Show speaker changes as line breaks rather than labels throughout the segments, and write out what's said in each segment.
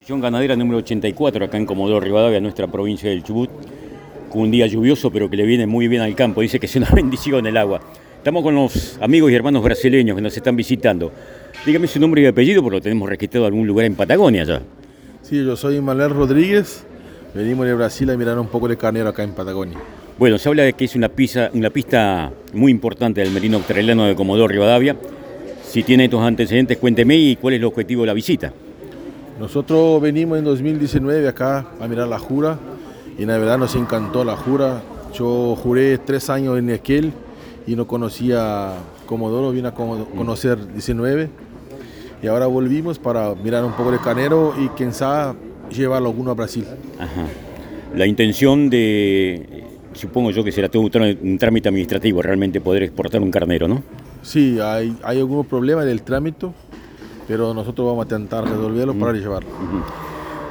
Estación ganadera número 84, acá en Comodoro Rivadavia, nuestra provincia del Chubut, con un día lluvioso, pero que le viene muy bien al campo. Dice que es una bendición el agua. Estamos con los amigos y hermanos brasileños que nos están visitando. Dígame su nombre y apellido, porque lo tenemos registrado en algún lugar en Patagonia ya.
Sí, yo soy Manuel Rodríguez. Venimos de Brasil a mirar un poco el carnero acá en Patagonia.
Bueno, se habla de que es una, pisa, una pista muy importante del merino australiano de Comodoro Rivadavia. Si tiene estos antecedentes, cuénteme y cuál es el objetivo de la visita.
Nosotros venimos en 2019 acá a mirar la Jura y la verdad nos encantó la Jura. Yo juré tres años en aquel y no conocía Comodoro, vine a conocer 19 y ahora volvimos para mirar un poco el canero y quién sabe llevarlo alguno a Brasil.
Ajá. La intención de, supongo yo que será todo un trámite administrativo realmente poder exportar un carnero, ¿no?
Sí, hay, hay algunos problemas del trámite, pero nosotros vamos a intentar resolverlo para llevarlo.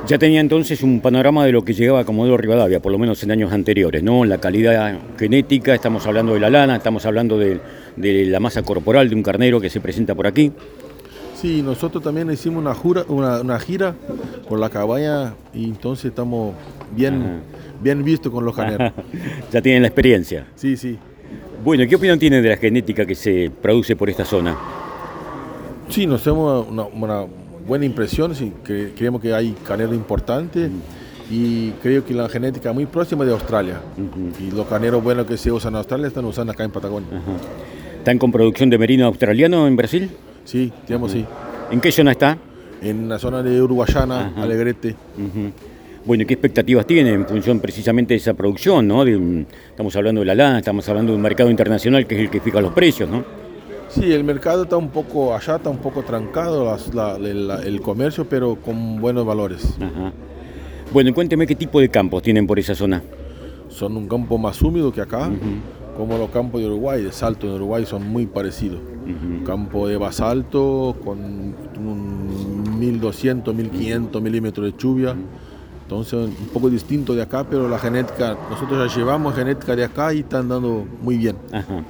Ya tenía entonces un panorama de lo que llegaba a Comodoro Rivadavia, por lo menos en años anteriores, ¿no? La calidad genética, estamos hablando de la lana, estamos hablando de, de la masa corporal de un carnero que se presenta por aquí.
Sí, nosotros también hicimos una, jura, una, una gira por la cabaña y entonces estamos bien, bien vistos con los carneros.
ya tienen la experiencia.
Sí, sí.
Bueno, ¿qué opinión tienen de la genética que se produce por esta zona?
Sí, nos tenemos una, una buena impresión, sí, cre- creemos que hay carneros importantes y creo que la genética es muy próxima de Australia. Y los carneros buenos que se usan en Australia están usando acá en Patagonia.
¿Están con producción de merino australiano en Brasil?
Sí, digamos sí.
¿En qué zona está?
En la zona de Uruguayana, Alegrete.
Bueno, ¿y qué expectativas tienen en función precisamente de esa producción? ¿no? De un- estamos hablando de la lana, estamos hablando de un mercado internacional que es el que fija los precios, ¿no?
Sí, el mercado está un poco allá, está un poco trancado las- la- la- el comercio, pero con buenos valores.
Ajá. Bueno, y cuénteme qué tipo de campos tienen por esa zona.
Son un campo más húmedo que acá, como los campos de Uruguay, de Salto en Uruguay son muy parecidos. Campo de basalto con un 1200, 1500 milímetros de lluvia. Entonces un poco distinto de acá, pero la genética, nosotros ya llevamos genética de acá y están dando muy bien.
Ajá.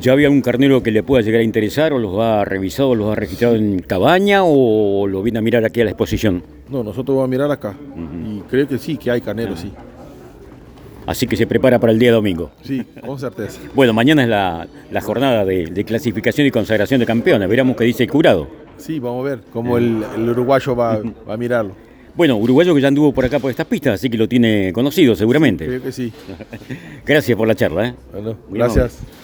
¿Ya había un carnero que le pueda llegar a interesar o los ha revisado, los ha registrado en cabaña o lo viene a mirar aquí a la exposición?
No, nosotros vamos a mirar acá y creo que sí, que hay caneros, sí.
Así que se prepara para el día domingo.
Sí, con certeza.
Bueno, mañana es la, la jornada de, de clasificación y consagración de campeones. Veremos qué dice el jurado.
Sí, vamos a ver
Eh,
cómo el, el uruguayo va, va a mirarlo.
Bueno, uruguayo que ya anduvo por acá por estas pistas, así que lo tiene conocido seguramente.
Creo que sí.
Gracias por la charla. ¿eh?
Bueno,
Muy
gracias.
amable.